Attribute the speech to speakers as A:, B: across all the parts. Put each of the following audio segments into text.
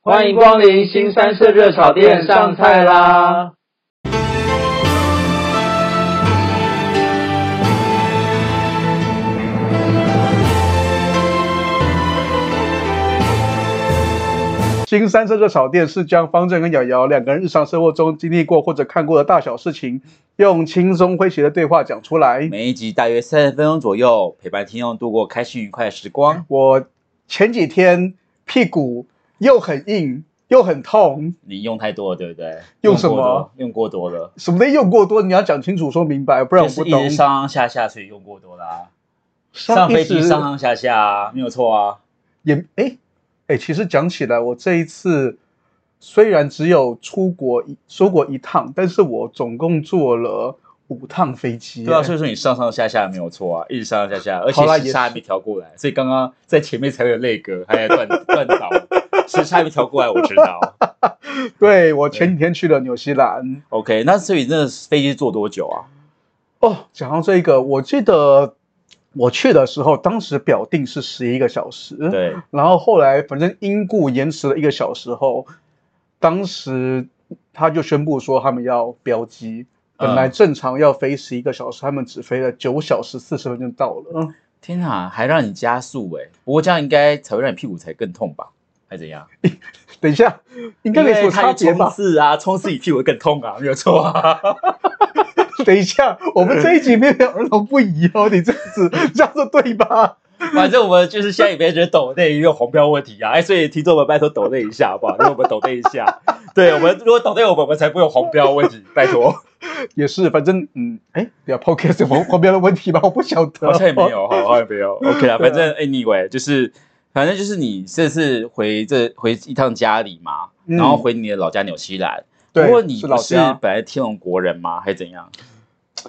A: 欢迎光临新三色热炒店，上菜啦！
B: 新三色热炒店是将方正跟瑶瑶两个人日常生活中经历过或者看过的大小事情，用轻松诙谐的对话讲出来。
C: 每一集大约三十分钟左右，陪伴听众度过开心愉快的时光。
B: 我前几天屁股又很硬又很痛，
C: 你用太多了，对不对？
B: 用什么
C: 过多？用过多了，
B: 什么都用过多，你要讲清楚说明白，不然我
C: 就是
B: 不
C: 一
B: 懂
C: 直。上上下下，所以用过多啦、上飞
B: 一
C: 机
B: 时
C: 上上下下啊，没有错啊。
B: 也哎哎，诶其实讲起来，我这一次虽然只有出国一出国一趟，但是我总共坐了五趟飞机。
C: 对啊，
B: 诶
C: 所以说你上上下下没有错啊，一直上上下下，而
B: 好啦
C: 且
B: 也
C: 时差还
B: 是
C: 没调过来，所以刚刚在前面才会有泪哥，还有断断 档，时差还没调过来，我知道。
B: 对我前几天去了纽西兰。
C: OK，那所以那飞机坐多久啊？
B: 哦，讲到这个，我记得我去的时候，当时表定是十一个小时，，
C: 对，
B: 然后后来反正因故延迟了一个小时后，当时他就宣布说他们要标机。本来
C: 嗯
B: 正常要飞十一个小时，他们只飞了九小时四十分钟到了。嗯，
C: 天哪，还让你加速哎、不过这样应该才会让你屁股才更痛吧？还怎样？
B: 等一下，应该没什么差别
C: 冲
B: 吧？
C: 刺啊，冲刺你屁股会更痛啊， 没有错啊。
B: 等一下，我们这一集没有儿童不宜哦，你这样 子这样做对吧？
C: 反正我们就是下一杯觉得抖内一个红标问题啊，哎，所以听众们拜托抖内一下好 不好？让我们抖内一下，对我们如果抖内我们，我们才不会有红标问题，拜托。
B: 也是，反正嗯，哎，不要 podcast 旁旁边的问题吧，我不晓得， 哦
C: 好像也没有，好好像也没 有。OK 啊，
B: 对啊
C: 反正 anyway 就是，反正就是你这次回这回一趟家里嘛，
B: 嗯
C: 然后回你的老家纽西兰。
B: 对
C: 不过你
B: 是
C: 不
B: 老
C: 是
B: 家
C: 本来天龙国人吗？还是怎样？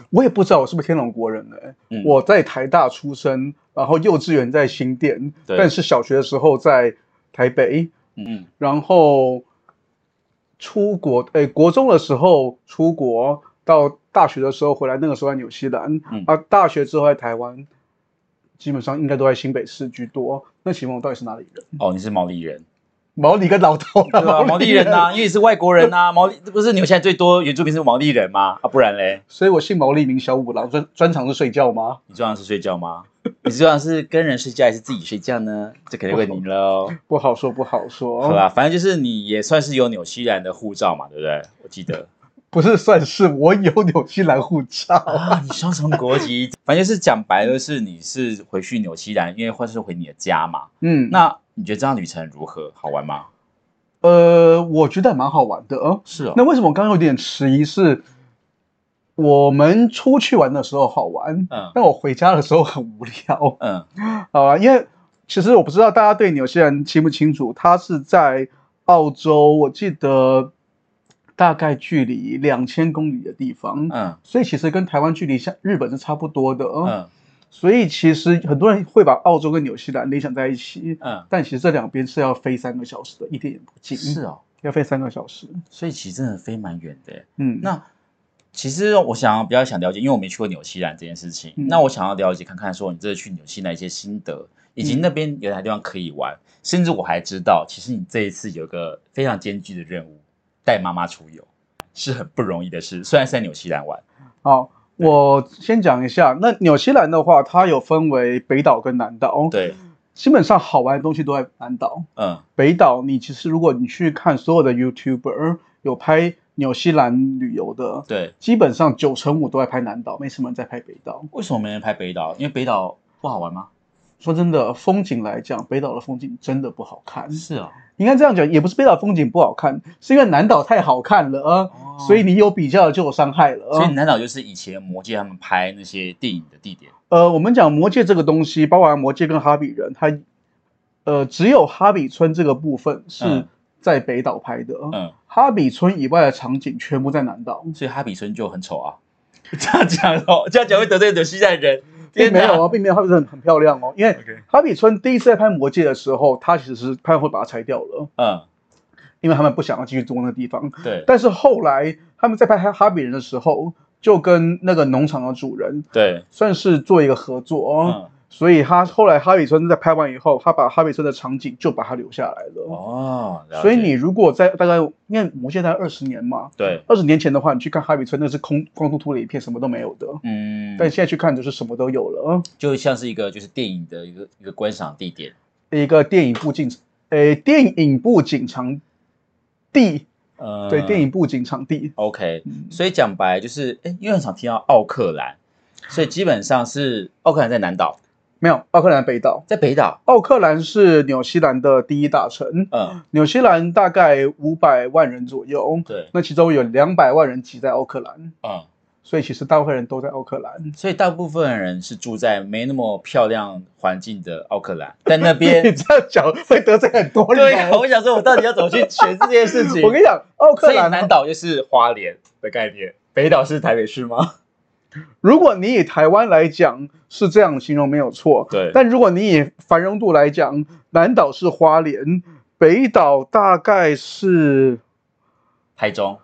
B: 我也不知道我是不是天龙国人呢、
C: 嗯
B: 我在台大出生，然后幼稚园在新店，
C: 对
B: 但是小学的时候在台北，
C: 嗯，
B: 然后出国，诶，国中的时候出国，到大学的时候回来，那个时候在纽西兰，
C: 嗯
B: 啊，大学之后在台湾，基本上应该都在新北市居多。那请问我到底是哪里人？
C: 哦，你是毛利人，
B: 毛利跟老头啊，
C: 对啊，毛利人
B: 啊，
C: 呐、因为你是外国人呐、毛利不是纽西兰最多原住民是毛利人吗？啊，不然嘞？
B: 所以我姓毛利，名小五郎，专专长是睡觉吗？
C: 你重要是睡觉吗？你重要是跟人睡觉还是自己睡觉呢？这肯定问你喽，
B: 不好说，不好说，
C: 好吧？反正就是你也算是有纽西兰的护照嘛，对不对？我记得
B: 不是算是我有纽西兰护照。
C: 啊，你双重国籍， 反正就是讲白了，是你是回去纽西兰，因为或是回你的家嘛。
B: 嗯，
C: 那你觉得这趟旅程如何？好玩吗？
B: 呃，我觉得还蛮好玩的。呃
C: 是哦，
B: 那为什么我刚刚有点迟疑是？我们出去玩的时候好玩，
C: 嗯
B: 但我回家的时候很无聊
C: 嗯，
B: 啊。因为其实我不知道大家对纽西兰清不清楚，它是在澳洲，我记得大概距离两千公里的地方，
C: 嗯
B: 所以其实跟台湾距离像日本是差不多的。嗯，
C: 嗯
B: 所以其实很多人会把澳洲跟纽西兰联想在一起，
C: 嗯，
B: 但其实这两边是要飞三个小时的，一点也不近。
C: 是哦，
B: 要飞三个小时。
C: 所以其实真的飞蛮远的耶。
B: 嗯，
C: 那其实我想要比较想了解，因为我没去过纽西兰这件事情，
B: 嗯
C: 那我想要了解看看，说你这次去纽西兰一些心得，以及
B: 嗯
C: 那边有哪地方可以玩，甚至我还知道，其实你这一次有个非常艰巨的任务，带妈妈出游是很不容易的事，虽然是在纽西兰玩，
B: 好，我先讲一下。那纽西兰的话，它有分为北岛跟南岛。，
C: 对，
B: 基本上好玩的东西都在南岛。
C: 嗯
B: 北岛，你其实如果你去看所有的 YouTuber 有拍纽西兰旅游的，
C: 对，
B: 基本上九成五都在拍南岛，没什么人在拍北岛。
C: 为什么没人拍北岛？因为北岛不好玩吗？
B: 说真的，风景来讲，北岛的风景真的不好看。
C: 是哦，
B: 应该这样讲，也不是北岛风景不好看，是因为南岛太好看了啊，
C: 哦
B: 所以你有比较就有伤害了啊。
C: 所以南岛就是以前魔戒他们拍那些电影的地点，
B: 呃，我们讲魔界这个东西，包含魔界跟哈比人，它呃只有哈比村这个部分是
C: 嗯
B: 在北岛拍的，
C: 嗯，
B: 哈比村以外的场景全部在南岛，
C: 所以哈比村就很丑啊。 这样讲哦，这样讲会得罪纽西兰人。
B: 并
C: 天哪
B: 没有啊，并没有哈比村很很漂亮哦，因为
C: OK
B: 哈比村第一次在拍魔界的时候，他其实他会把它拆掉了，
C: 嗯，
B: 因为他们不想要继续住那个地方，
C: 对
B: 但是后来他们在拍哈比人的时候，就跟那个农场的主人
C: 对，
B: 算是做一个合作哦。
C: 嗯
B: 所以他后来哈比村在拍完以后，他把哈比村的场景就把它留下来了。
C: 哦，了解
B: 所以你如果在大概因为魔界大概二十年嘛，
C: 对，
B: 二十年前的话，你去看哈比村那是空光秃秃的一片，什么都没有的。
C: 嗯，
B: 但现在去看就是什么都有了，
C: 就像是一个就是电影的一个一个观赏地点，
B: 一个电影部警，诶，电影部警场地，
C: 呃，
B: 对，电影部警场地，
C: OK，
B: 嗯
C: 所以讲白就是，哎，因为很常听到奥克兰，所以基本上是奥克兰在南岛，
B: 没有奥克兰北岛。
C: 在北岛，
B: 奥克兰是纽西兰的第一大城，
C: 嗯，
B: 纽西兰大概五百万人左右，
C: 对，
B: 那其中有两百万人挤在奥克兰，
C: 嗯，
B: 所以其实大部分人都在奥克兰。
C: 所以大部分人是住在没那么漂亮环境的奥克兰，但 那
B: 你
C: 边
B: 这样讲会得罪很多
C: 对
B: 人，哦
C: 啊，我想说，我到底要怎么去诠释这件事情？
B: 我跟你讲，奥克
C: 啊所以
B: 兰
C: 南岛就是花莲的概念，北岛是台北市吗？
B: 如果你以台湾来讲是这样形容没有错，
C: 对
B: 但如果你以繁荣度来讲，南岛是花莲，北岛大概是
C: 台中，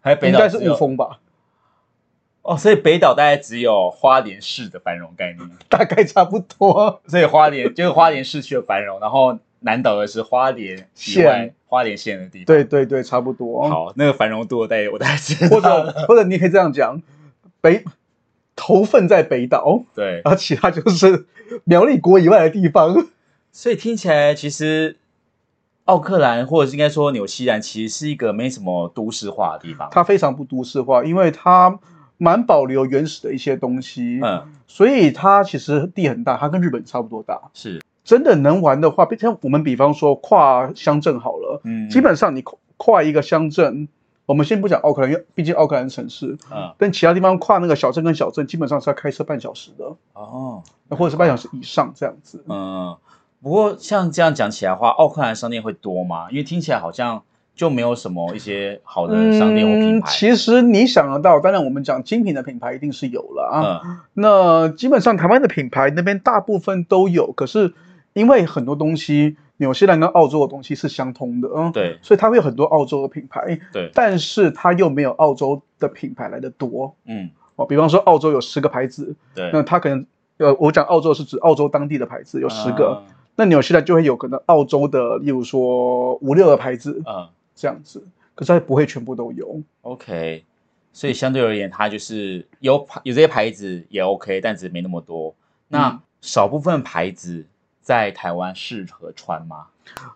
C: 还有北
B: 应
C: 岛
B: 该是
C: 只有
B: 雾峰吧，
C: 哦，所以北岛大概只有花莲市的繁荣概念，
B: 大概差不 多。
C: 所以花莲就是花莲市区的繁荣，然后南岛的是花莲以外
B: 县
C: 花莲县的地方。，
B: 对对对，差不多。，
C: 好，那个繁荣度我大概我大概知道
B: 或者
C: 了。
B: 或者你可以这样讲，北头份在北岛，
C: 对，
B: 然后其他就是苗栗国以外的地方。
C: 所以听起来其实奥克兰或者是应该说纽西兰，其实是一个没什么都市化的地方。
B: 它非常不都市化，因为它蛮保留原始的一些东西，
C: 嗯，
B: 所以它其实地很大，它跟日本差不多大。
C: 是，
B: 真的能玩的话，比像我们比方说跨乡镇好了，
C: 嗯，
B: 基本上你跨跨一个乡镇，我们先不讲奥克兰，因为毕竟奥克兰城市，
C: 嗯
B: 但其他地方跨那个小镇跟小镇，基本上是要开车半小时的，
C: 哦，
B: 或者是半小时以上这样子。
C: 嗯，不过像这样讲起来的话，奥克兰商店会多吗？因为听起来好像就没有什么一些好的商店或品牌。
B: 嗯其实你想得到，当然我们讲精品的品牌一定是有了啊。
C: 嗯，
B: 那基本上台湾的品牌那边大部分都有，可是因为很多东西，纽西兰跟澳洲的东西是相通的，嗯，
C: 对
B: 所以它会有很多澳洲的品牌，
C: 对，
B: 但是它又没有澳洲的品牌来的多
C: 嗯，
B: 哦。比方说澳洲有十个牌子，
C: 对，
B: 那它可能呃，我讲澳洲是指澳洲当地的牌子有十个，
C: 嗯
B: 那纽西兰就会有可能澳洲的，例如说五六个牌子
C: 嗯
B: 这样子，可是它不会全部都有。
C: ，OK，所以相对而言，它就是有牌有这些牌子也 OK，但只是没那么多。
B: 嗯
C: 那少部分牌子在台湾适合穿吗？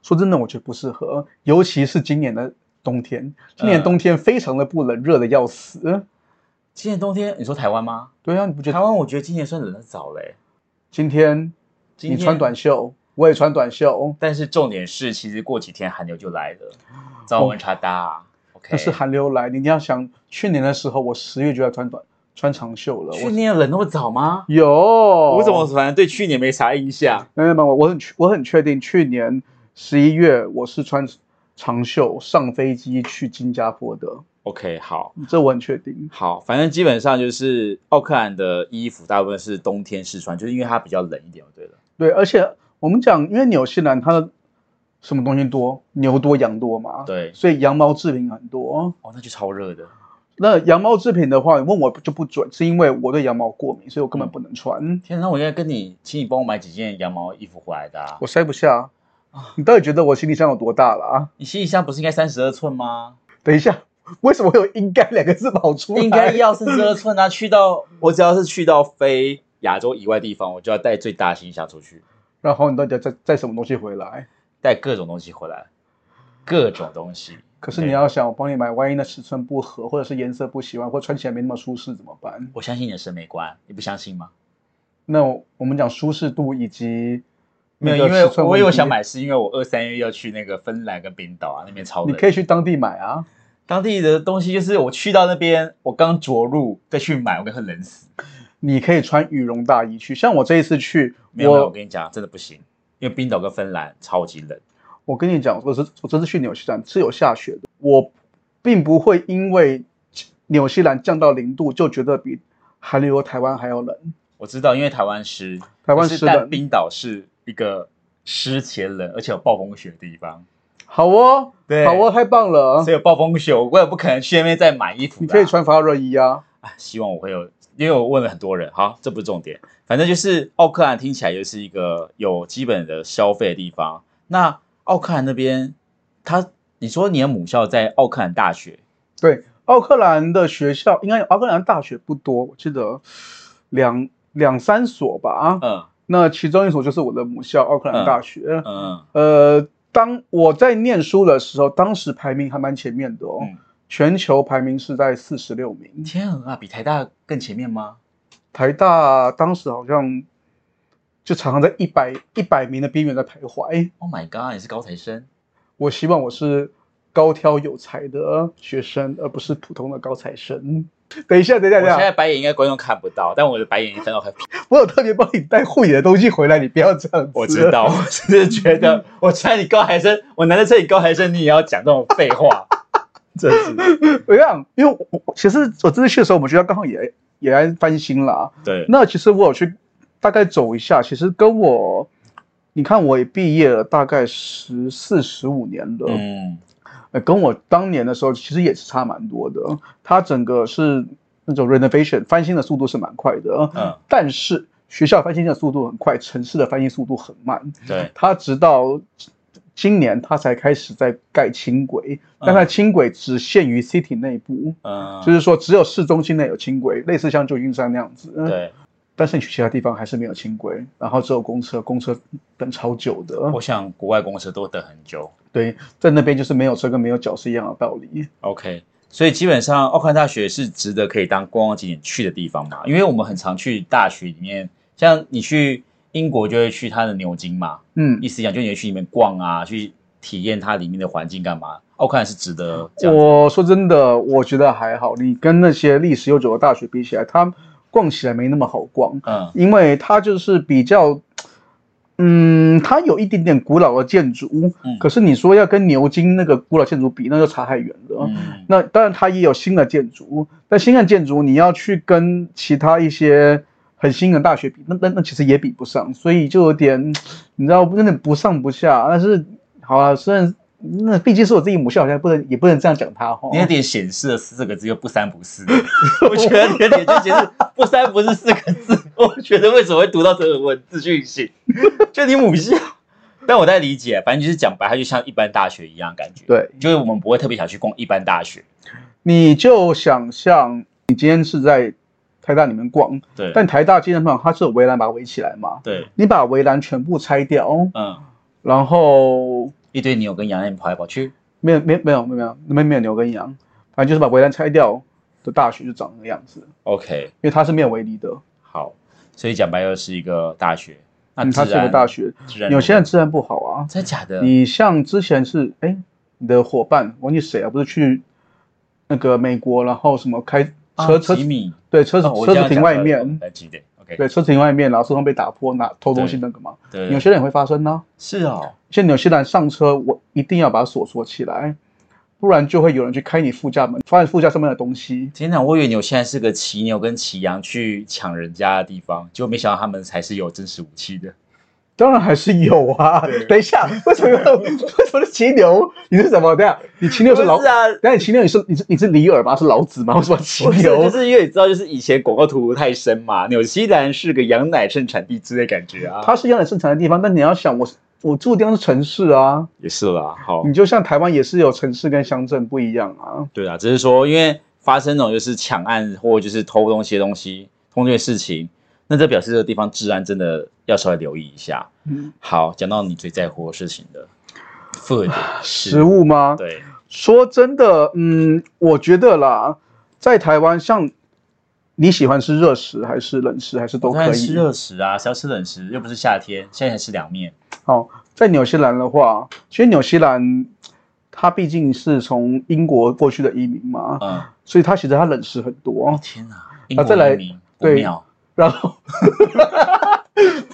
B: 说真的，我觉得不适合，尤其是今年的冬天，今年
C: 嗯
B: 冬天非常的不冷，热的要死。
C: 今年冬天，你说台湾吗？
B: 对啊，你不觉
C: 台
B: 得
C: 湾我觉得今年算冷的早欸嘞、
B: 今天
C: 今
B: 你
C: 天
B: 穿短袖，我也穿短袖，
C: 但是重点是，其实过几天寒流就来了，早晚温差大、OK，
B: 但是寒流来，你要想去年的时候，我十月就要穿短穿长袖了，
C: 去
B: 我
C: 年冷那么早吗？
B: 有，我
C: 我怎么反正对去年没啥印象？
B: 没有没有，我很确我很确定，去年十一月我是穿长袖上飞机去新加坡的，
C: OK，好
B: 这我很确定。
C: 好，反正基本上就是奥克兰的衣服大部分是冬天试穿，就是因为它比较冷一点，对了。
B: 对，而且我们讲，因为纽西兰它的什么东西多，牛多羊多嘛，，
C: 对，
B: 所以羊毛制品很多。
C: 哦，那就超热的。
B: 那羊毛制品的话，你问我就不准，是因为我对羊毛过敏，所以我根本不能穿，
C: 天哪，那我应该跟你，请你帮我买几件羊毛衣服回来的、啊
B: 我。塞不下。你到底觉得我行李箱有多大了啊？
C: 你行李箱不是应该三十二寸 吗？
B: 等一下，为什么会有“应该”两个字跑出来？
C: 应该要三十二寸啊！去到我只要是去到非亚洲以外地方，我就要带最大的行李箱出去。
B: 然后你到底要带带什么东西回来？
C: 带各种东西回来，各种东西。
B: 可是你要想，我帮你买，万一那尺寸不合，或者是颜色不喜欢，或穿起来没那么舒适，怎么办？
C: 我相信你的审美观，你不相信吗？
B: 那我我们讲舒适度以及
C: 没
B: 那
C: 有，
B: 个
C: 因为
B: 尺寸
C: 我
B: 问题
C: 有想，买，是因为我二三月要去那个芬兰跟冰岛啊，那边超
B: 你
C: 冷。
B: 可以去当地买啊。
C: 当地的东西就是我去到那边，我刚着陆再去买，我跟会冷死。
B: 你可以穿羽绒大衣去，像我这一次去，
C: 没有，没有我
B: 我
C: 跟你讲，真的不行，因为冰岛跟芬兰超级冷。
B: 我跟你讲，我这我这次去纽西兰是有下雪的，我并不会因为纽西兰降到零度就觉得比寒流台湾还要冷。
C: 我知道，因为台湾湿，
B: 台湾
C: 可是
B: 湿冷
C: 但冰岛是一个湿且冷，而且有暴风雪的地方，
B: 好哦，
C: 对
B: 好哦，太棒了
C: 所以。有暴风雪，我也不可能去那边再买衣服、啊。
B: 你可以穿发热衣啊，
C: 啊，希望我会有因为我问了很多人，好，这不是重点，反正就是奥克兰听起来就是一个有基本的消费的地方。那奥克兰那边，他你说你的母校在奥克兰大学，
B: 对，奥克兰的学校应该奥克兰大学不多，我记得两两三所吧啊。
C: 嗯
B: 那其中一所就是我的母校奥克兰大学。
C: 嗯
B: 呃，当我在念书的时候，当时排名还蛮前面的哦，
C: 嗯，
B: 全球排名是在四十六名。
C: 天啊，比台大更前面吗？
B: 台大当时好像就常常在一百一百名的边缘在徘徊。
C: Oh my god！你是高材生，
B: 我希望我是高挑有才的学生，而不是普通的高材生。等一下，等一下，
C: 我
B: 等一
C: 现
B: 下
C: 在，白眼应该观众看不到，但我的白眼已经翻到 很平。
B: 我有特别帮你带护眼的东西回来，你不要这样子。
C: 我知道，我只是觉得，我猜你高材生，我难得猜你高材生，你也要讲这种废话， 真是
B: 我想，因为我我其实我这次去的时候，我们学校刚好也也来翻新啦。
C: 对。
B: 那其实我有去大概走一下，其实跟我，你看我也毕业了大概十四十五年了，
C: 嗯，
B: 呃跟我当年的时候其实也是差蛮多的。它整个是那种 renovation 翻新的速度是蛮快的，
C: 嗯
B: 但是学校翻新的速度很快，城市的翻新速度很慢。
C: 对，
B: 它直到今年它才开始在盖轻轨，
C: 嗯
B: 但它轻轨只限于 city 内部。
C: 嗯，
B: 就是说，只有市中心内有轻轨，类似像旧金山那样子。嗯，
C: 对，
B: 但是你去其他地方还是没有轻轨，然后只有公车，公车等超久的。
C: 我想国外公司都等很久。
B: 对，在那边就是没有车跟没有脚是一样的道理。
C: OK，所以基本上奥克兰大学是值得可以当观光景点去的地方嘛，因为我们很常去大学里面，像你去英国就会去它的牛津嘛，
B: 嗯，
C: 意思讲就你会去里面逛啊，去体验它里面的环境干嘛。奥克兰是值得这样子，
B: 我说真的，我觉得还好。你跟那些历史悠久的大学比起来，它逛起来没那么好逛，
C: 嗯
B: 因为它就是比较，嗯，它有一点点古老的建筑，
C: 嗯
B: 可是你说要跟牛津那个古老建筑比，那就差太远了。
C: 嗯
B: 那当然，它也有新的建筑，但新的建筑你要去跟其他一些很新的大学比，那那那其实也比不上，所以就有点，你知道，有点不上不下。但是好啊，虽然那毕竟是我自己母校，好像不能也不能这样讲它哈。
C: 你的点显示了四个字，又不三不四。 我觉得你的点就显示不三不四四个字， 我觉得为什么会读到这个文字讯息？ 就你母校，但我在理解，反正就是讲白，它就像一般大学一样感觉。，
B: 对，
C: 就是我们不会特别想去逛一般大学。
B: 你就想象你今天是在台大里面逛，
C: 对，
B: 但台大健身房它是有围栏把它围起来嘛，
C: 对，
B: 你把围栏全部拆掉，
C: 嗯，
B: 然后
C: 一堆牛跟羊在那边跑来跑去。
B: 没有没有没有没有没有没有牛跟羊，反正就是把围栏拆掉的大学就长那个样子。
C: OK，
B: 因为它是没有围篱的，
C: 好，所以讲白又是一个大学，那
B: 嗯，它
C: 自
B: 是个
C: 然
B: 大，学。
C: 自然
B: 有些人治安不好啊，
C: 真的假的？
B: 你像之前是哎，你的伙伴忘记谁啊，不是去那个美国，然后什么开
C: 啊
B: 车车
C: 几米？
B: 对车子
C: 哦我
B: 车
C: 这
B: 子
C: 样
B: 停
C: 讲
B: 外
C: 的
B: 面，
C: 呃几点？OK，
B: 对车子停外面，然后车窗被打破，拿偷东西
C: 对
B: 那个嘛，
C: 对，
B: 有些人也会发生呢。
C: 是哦，
B: 像纽西兰上车，我一定要把锁锁起来，不然就会有人去开你副驾门，发现副驾上面的东西。
C: 天哪！我以为牛现在是个骑牛跟骑羊去抢人家的地方，结果没想到他们才是有真实武器的。
B: 当然还是有啊
C: 对。
B: 等一下，为什么 要为什么是骑牛？你是什么？等一下，你骑牛是老
C: 不是啊
B: 等一下你骑牛你是你是你是李尔吧？是老子吗？为什么骑
C: 不是，
B: 牛
C: 就？是因为你知道，就是以前广告图太深嘛，纽西兰是个羊奶盛产地之类感觉啊。
B: 它是一样的生产的地方，但你要想我。我住的地方是城市啊，
C: 也是啦，好，
B: 你就像台湾也是有城市跟乡镇不一样啊。
C: 对啊，只是说因为发生那种就是抢案或就是偷东西的东西、偷这些事情，那这表示这个地方治安真的要稍微留意一下。
B: 嗯
C: 好，讲到你最在乎的事情的 food
B: 食，物吗？
C: 对，
B: 说真的，嗯，我觉得啦，在台湾，像你喜欢吃热食还是冷食还是都
C: 当然
B: 可以
C: 吃。热食啊，谁要吃冷食？又不是夏天，现在才吃凉面。
B: 好、在纽西兰的话，其实纽西兰它毕竟是从英国过去的移民嘛，
C: 嗯，
B: 所以它其实它冷食很多。
C: 天哪，啊英
B: 再
C: 国
B: 来
C: 移民不
B: 对
C: 妙，
B: 然后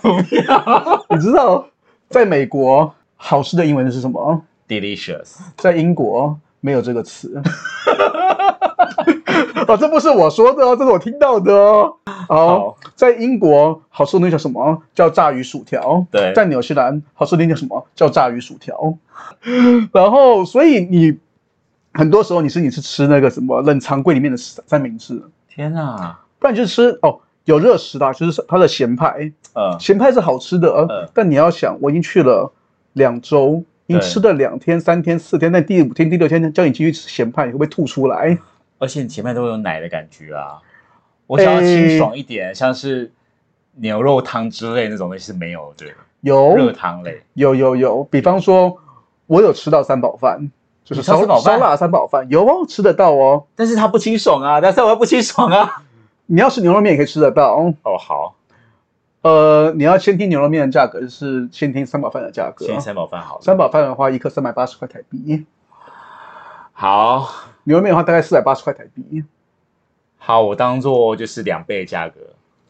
C: 不妙
B: 你知道，在美国好吃的英文是什么？
C: ，delicious。
B: 在英国没有这个词。 哦，这不是我说的哦，这是我听到的哦。好，在英国好吃的东西叫什么？叫炸鱼薯条。
C: 对
B: 在纽西兰好吃的东西叫什么？叫炸鱼薯条。然后，所以你很多时候你是你是吃那个什么冷藏柜里面的三三明治，
C: 天哪，
B: 不然就吃哦，有热食的啊，就是它的咸派，
C: 嗯，
B: 咸派是好吃的，呃
C: 嗯
B: 但你要想，我已经去了两周，已经
C: 对
B: 吃了两天、三天、四天，但第五天、第六天叫你继续吃咸派，你会不会吐出来？
C: 而且你前面都有奶的感觉啊。我想要清爽一点，像是牛肉汤之类那种东西是没有的，
B: 有
C: 热汤类。
B: 有有有，比方说，我有吃到三宝饭，就是
C: 你吃
B: 烧
C: 到嗯三宝
B: 烧
C: 饭
B: 腊三宝饭，有哦，吃得到哦。
C: 但是它不清爽啊，但是我不清爽啊。
B: 你要吃牛肉面也可以吃得到，
C: 哦，好，
B: 呃，你要先听牛肉面的价格，就是先听三宝饭的价格。
C: 先三宝饭好了。
B: 三宝饭的话，一克三百八十块台币；
C: 好
B: 牛肉面的话，大概四百八十块台币。
C: 好，我当做就是两倍的价格。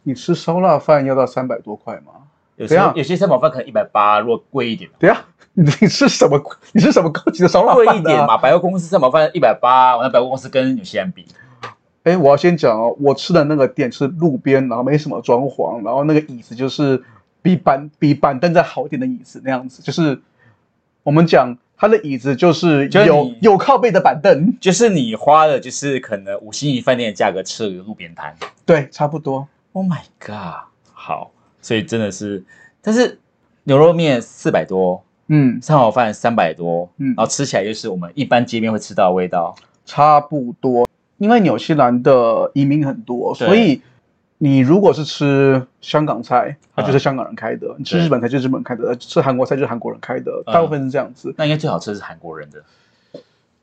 B: 你吃烧腊饭要到三百多块吗？
C: 有
B: 怎
C: 些
B: 样
C: 有些三宝饭可能一百八，如果贵一点，
B: 等一下，啊 你你吃什么？你吃什么高级的烧腊
C: 贵
B: 饭、啊？
C: 一点嘛。百货公司三宝饭一百八，我那百货公司跟有些人比，
B: 哎，我要先讲哦，我吃的那个店是路边，然后没什么装潢，然后那个椅子就是比板比板凳再好一点的椅子那样子，就是我们讲它的椅子就是
C: 就是
B: 有
C: 你
B: 有靠背的板凳，
C: 就是你花了就是可能五星级饭店的价格吃了个路边摊。
B: 对，差不多。
C: Oh my god！好，所以真的是，但是牛肉面四百多，
B: 嗯，
C: 三碗饭三百多，
B: 嗯
C: 然后吃起来就是我们一般街边会吃到的味道。
B: 差不多。因为纽西兰的移民很多，
C: 对
B: 所以你如果是吃香港菜，
C: 嗯
B: 它就是香港人开的；你吃
C: 对
B: 日本菜就是日本开的，吃韩国菜就是韩国人开的，
C: 嗯
B: 大部分是这样子。
C: 那应该最好吃的是韩国人的，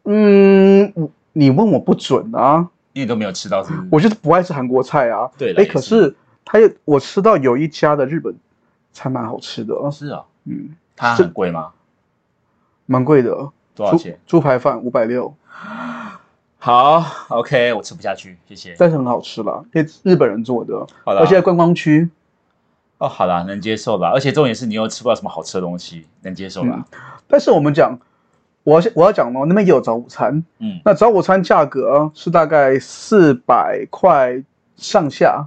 B: 嗯，我你问我不准啊，
C: 因为你都没有吃到，是不是？
B: 我就是不爱吃韩国菜啊。
C: 对了
B: 哎，
C: 也
B: 可
C: 是
B: 是他有我吃到有一家的日本菜蛮好吃的，
C: 是啊、哦，
B: 嗯，
C: 它
B: 是
C: 很贵吗？
B: 蛮贵的，
C: 多少钱？
B: 猪猪排饭五百六，
C: 好，OK，我吃不下去，谢谢。
B: 但是很好吃啦，因为日本人做的，
C: 好啦
B: 而且在观光区，
C: 哦，好啦，能接受吧。而且重点是你又吃不到什么好吃的东西，能接受吧？
B: 但是我们讲，我要我要讲哦，那边也有早午餐，
C: 嗯
B: 那早午餐价格是大概四百块上下。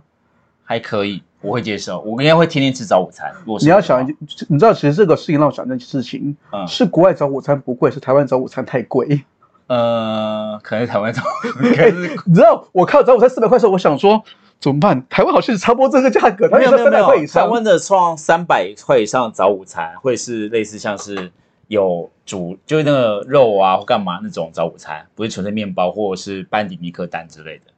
C: 还可以，我会接受。我应该会天天吃早午餐。如果是
B: 你要
C: 我的话
B: 想，你知道，其实这个事情让我想一件事情，
C: 嗯
B: 是国外早午餐不贵，是台湾早午餐太贵。
C: 呃，可能是台湾 早，可能是
B: 你知道，我看到早午餐四百块的时候，我想说怎么办？台湾好像是差不多这个价格，台
C: 没
B: 湾
C: 有
B: 是三
C: 没有没
B: 百块以
C: 有，台
B: 上。
C: 湾的创三百块以上早午餐会是类似像是有煮就是那个肉啊或干嘛那种早午餐，不是纯粹面包或者是班迪尼克蛋之类的。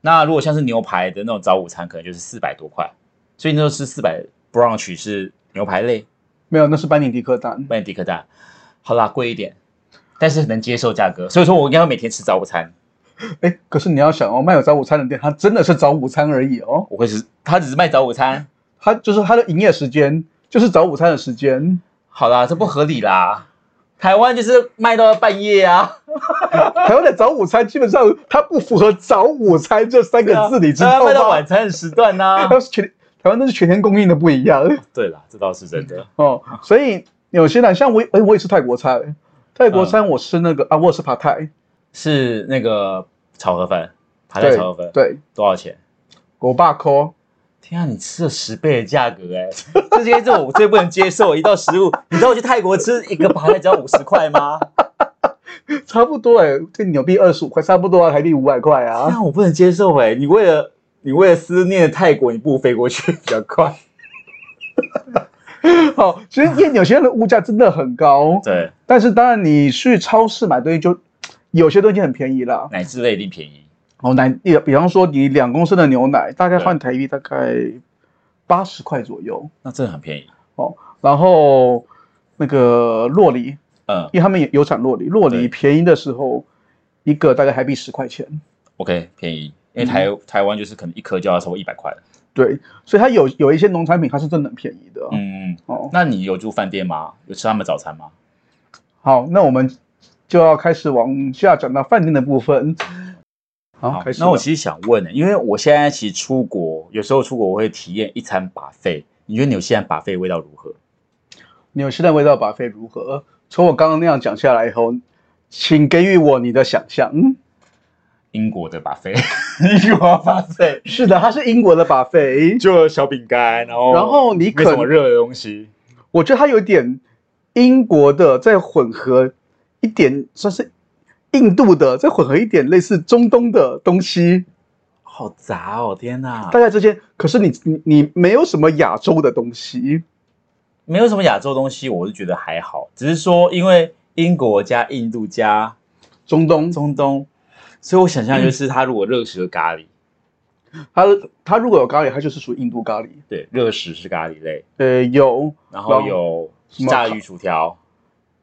C: 那如果像是牛排的那种早午餐，可能就是四百多块，所以那时候吃四百 brunch 是牛排类
B: 没有，那是班尼迪克蛋。
C: 班迪尼克蛋，好啦，贵一点，但是能接受价格，所以说我应该会每天吃早午餐，
B: 哎，可是你要想哦，卖有早午餐的店，它真的是早午餐而已哦，
C: 我会是他只是卖早午餐，
B: 它就是它的营业时间就是早午餐的时间。
C: 好啦，这不合理啦，台湾就是卖到半夜啊。
B: 台湾的早午餐基本上它不符合早午餐这三个字，你知
C: 大
B: 道
C: 啊家卖到
B: 吗
C: 晚？餐的时段呢、
B: 它是全台湾那是全天供应的不一样
C: 对啦，这倒是真的。
B: 哦，所以有些人像我，哎，我也吃泰国菜，泰国餐我吃那个、啊，我也吃爬泰，
C: 是那个炒河粉，排
B: 对
C: 在炒河粉，
B: 对，
C: 多少钱？
B: 我爸抠。
C: 天啊，你吃了十倍的价格哎、这些是我最不能接受的一道食物。你知道我去泰国吃一个排菜只要五十块吗？
B: 差不多哎、这纽币二十五块，差不多啊，台币五百块
C: 天
B: 啊。
C: 啊，我不能接受哎、你为了你为了思念泰国，你不如飞过去比较快。
B: 好，哦其实因为有些人的物价真的很高，
C: 对，
B: 但是当然你去超市买东西就有些东西很便宜啦。
C: 奶制类一定便宜。
B: 哦，奶，比比方说你两公升的牛奶，大概换台币大概八十块左右。
C: 那真的很便宜。
B: 然后那个洛梨，
C: 嗯
B: 因为他们也有产洛梨，洛梨
C: 对
B: 便宜的时候一个大概台币十块钱。
C: ，OK，便宜，因为台、台湾就是可能一颗就要超过一百块了。
B: 对，所以它有有一些农产品它是真的很便宜的。
C: 嗯，
B: 哦，
C: 那你有住饭店吗？有吃他们早餐吗？
B: 好，那我们就要开始往下讲到饭店的部分。好，
C: 好
B: 开始了。
C: 那我其实想问欸呢、因为我现在其实出国，有时候出国我会体验一餐把费，你觉得纽西兰把费味道如何？
B: 纽西兰味道把费如何？从我刚刚那样讲下来以后，请给予我你的想象。嗯，
C: 英国的把费，英国把费
B: 是的，它是英国的把费，
C: 就小饼干，然后
B: 然后你可
C: 没什么热的东西，
B: 我觉得它有点英国的在混合一点，算是印度的再混合一点类似中东的东西。
C: 好杂哦，天哪！
B: 大概这些，可是你你你没有什么亚洲的东西，
C: 没有什么亚洲东西，我是觉得还好，只是说因为英国加印度加
B: 中东
C: 中东，所以我想象就是它如果热食和咖喱，
B: 它它如果有咖喱，它就是属于印度咖喱。
C: 对，热食是咖喱类，
B: 呃，有
C: 然后有
B: 什么
C: 炸鱼薯条，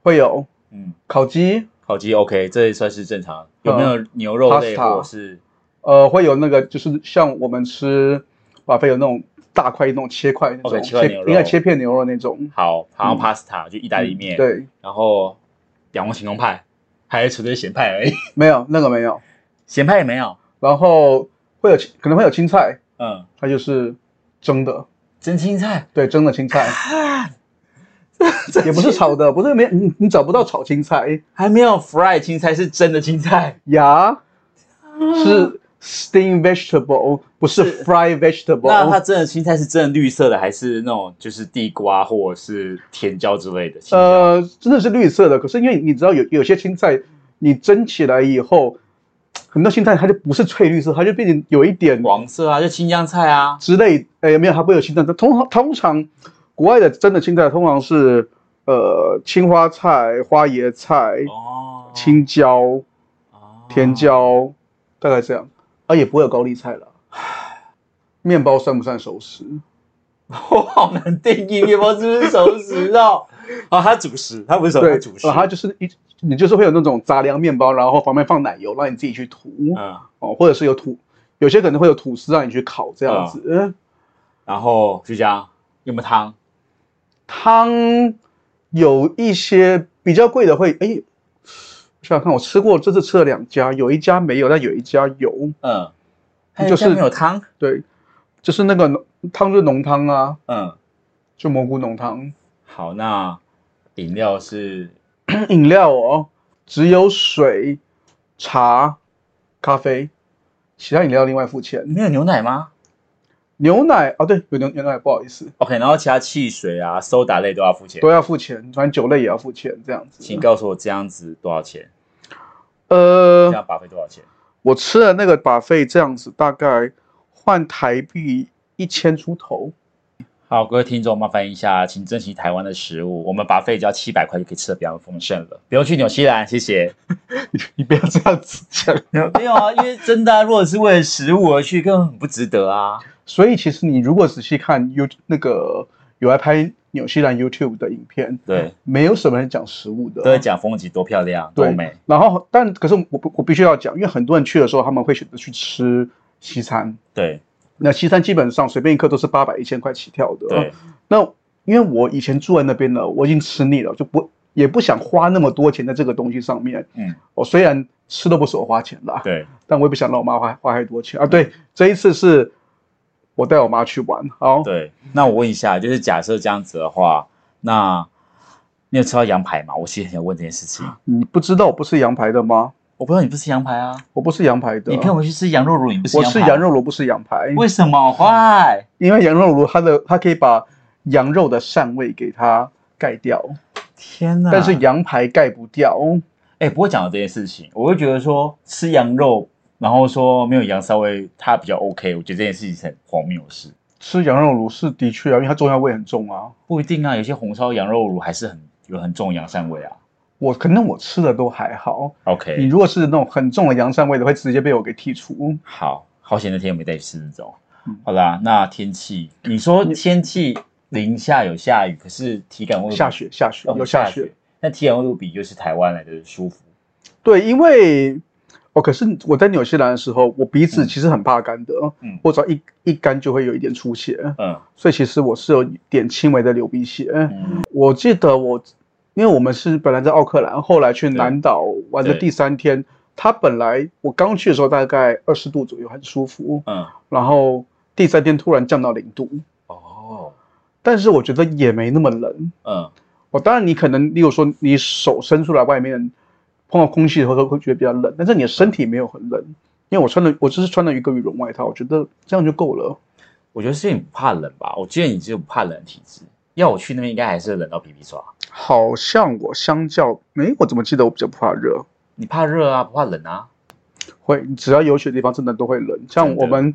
B: 会有
C: 嗯，
B: 烤鸡，
C: 烤鸡 OK，这也算是正常。有没有牛肉类
B: Pasta
C: 或是
B: 呃，会有那个就是像我们吃巴菲有那种大块那种切块那种
C: OK，哦切块牛肉
B: 应该切片牛肉那种。
C: 好，好像
B: 嗯
C: pasta 就意大利面，，
B: 对，
C: 然后仰望晴空派，还纯粹咸派 而已，
B: 没有那个没有，
C: 咸派也没有，
B: 然后会有可能会有青菜，
C: 嗯，
B: 它就是蒸的，
C: 蒸青菜，
B: 对，蒸的青菜 也不是炒的，不是没你你找不到炒青菜
C: 还没有 fry 青菜是真的青菜，啊
B: 呀，是 steam vegetable，不是 fry
C: 那它
B: vegetable。
C: 真的青菜是真的绿色的，还是那种就是地瓜或者是甜椒之类的？呃，
B: 呃，真的是绿色的，可是因为你知道有有些青
C: 嗯
B: 菜，你蒸起来以后，很多青菜它就不是翠绿色，它就变成有一点
C: 黄色啊，就青江菜啊，
B: 之类，哎，没有，它不会有青菜，通常通常国外的真的青菜通常是呃青花菜、花椰菜、
C: 哦，
B: 青椒、甜椒，大概这样，啊，也不会有高丽菜了。面包算不算熟食？
C: 哦， 我好难定义面包是不是熟食哦？哦，它主食，它不是熟食，
B: 对
C: 它主，食，
B: 然后它就是一，你就是会有那种杂粮面包，然后旁边放奶油，让你自己去涂
C: 嗯，
B: 哦，或者是有吐，有些可能会有吐司让你去烤这样子。呃
C: 然后就这样，有没有汤？
B: 汤有一些比较贵的会，哎，我想想看，我吃过，这次吃了两家，有一家没有，但有一家有。
C: 嗯，
B: 就是
C: 还有没有汤，
B: 对，就是那个浓汤就是浓汤啊，
C: 嗯，
B: 就蘑菇浓汤。
C: 好，那饮料是
B: 饮料哦，只有水、茶、咖啡，其他饮料另外付钱。
C: 没有牛奶吗
B: 牛奶啊，对，有牛牛奶，不好意思，
C: ？OK，然后其他汽水啊、soda 类都要付钱。
B: 都要付钱，反正酒类也要付钱，这样子
C: 请。告诉我这样子多少钱？这
B: 呃，
C: 样把费多少钱？
B: 我吃了那个把费这样子，大概换台币一千出头。
C: 好，各位听众，麻烦一下，请珍惜台湾的食物。我们把费只要七百块就可以吃的非常丰盛了，不用去纽西兰，谢谢。
B: 你不要这样子讲。
C: 没有啊，因为真的啊、如果是为了食物而去，根本很不值得啊。
B: 所以其实你如果仔细看 You 那个有来拍纽西兰 YouTube 的影片，
C: 对，
B: 没有什么人讲食物的，哦
C: 都在讲风景多漂亮，多
B: 对
C: 美。
B: 然后，但可是我不我必须要讲，因为很多人去的时候，他们会选择去吃西餐。
C: 对
B: 那西餐基本上随便一颗都是八百一千块起跳的。
C: 对，，
B: 那因为我以前住在那边了，我已经吃腻了，就不也不想花那么多钱在这个东西上面。
C: 嗯，
B: 我虽然吃都不是我花钱啦，
C: 对，嗯
B: 但我也不想让我妈花花太多钱啊。对，这一次是我带我妈去玩，哦好，
C: 对，那我问一下，就是假设这样子的话，那你有吃到羊排吗？我其实很想问这件事情。
B: 你不知道我不吃羊排的吗？
C: 我不知道你不吃羊排啊，
B: 我不吃羊排的，
C: 你陪我去吃羊肉炉，你不吃
B: 我
C: 羊排？
B: 吃羊，肉炉，不吃羊排。
C: 为什么？坏？
B: 因为羊肉炉它的它可以把羊肉的膻味给它盖掉，
C: 天哪！
B: 但是羊排盖不掉。
C: 哎、不过讲到这件事情，我会觉得说吃羊肉，然后说没有羊骚味，它比较 OK。我觉得这件事情是很荒谬的事。
B: 吃羊肉炉是的确啊，因为它中药味很重啊。
C: 不一定啊，有些红烧羊肉炉还是很有很重的羊膻味啊。
B: 我可能我吃的都还好，你
C: OK，
B: 如果是那种很重的羊膻味的，会直接被我给剔除。
C: 好好险那天我没带去吃这种
B: 嗯。
C: 好啦，那天气，你说天气零下有下雨，可是体感温度
B: 下雪，下雪
C: 哦
B: 有下雪，，
C: 那体感温度比就是台湾来的舒服。
B: 对，因为哦，可是我在纽西兰的时候，我鼻子
C: 嗯
B: 其实很怕干的，
C: 嗯
B: 我只要一一干就会有一点出血，
C: 嗯
B: 所以其实我是有一点轻微的流鼻血。
C: 嗯，
B: 我记得我，因为我们是本来在奥克兰，后来去南岛玩的
C: 对
B: 第三天，它本来我刚去的时候大概二十度左右，很舒服，
C: 嗯，
B: 然后第三天突然降到零度，
C: 哦，
B: 但是我觉得也没那么冷。
C: 嗯，
B: 哦，当然你可能，例如说你手伸出来外面碰到空气的时候会觉得比较冷，但是你的身体没有很冷，因为我穿了我只是穿了一个羽绒外套，我觉得这样就够了。
C: 我觉得是因为你不怕冷吧？我记得你就不怕冷的体质，要我去那边应该还是冷到皮皮抓。
B: 好像我相较，诶，我怎么记得我比较不怕热？
C: 你怕热啊，不怕冷啊？
B: 会，只要有雪的地方真的都会冷。像
C: 真的
B: 我们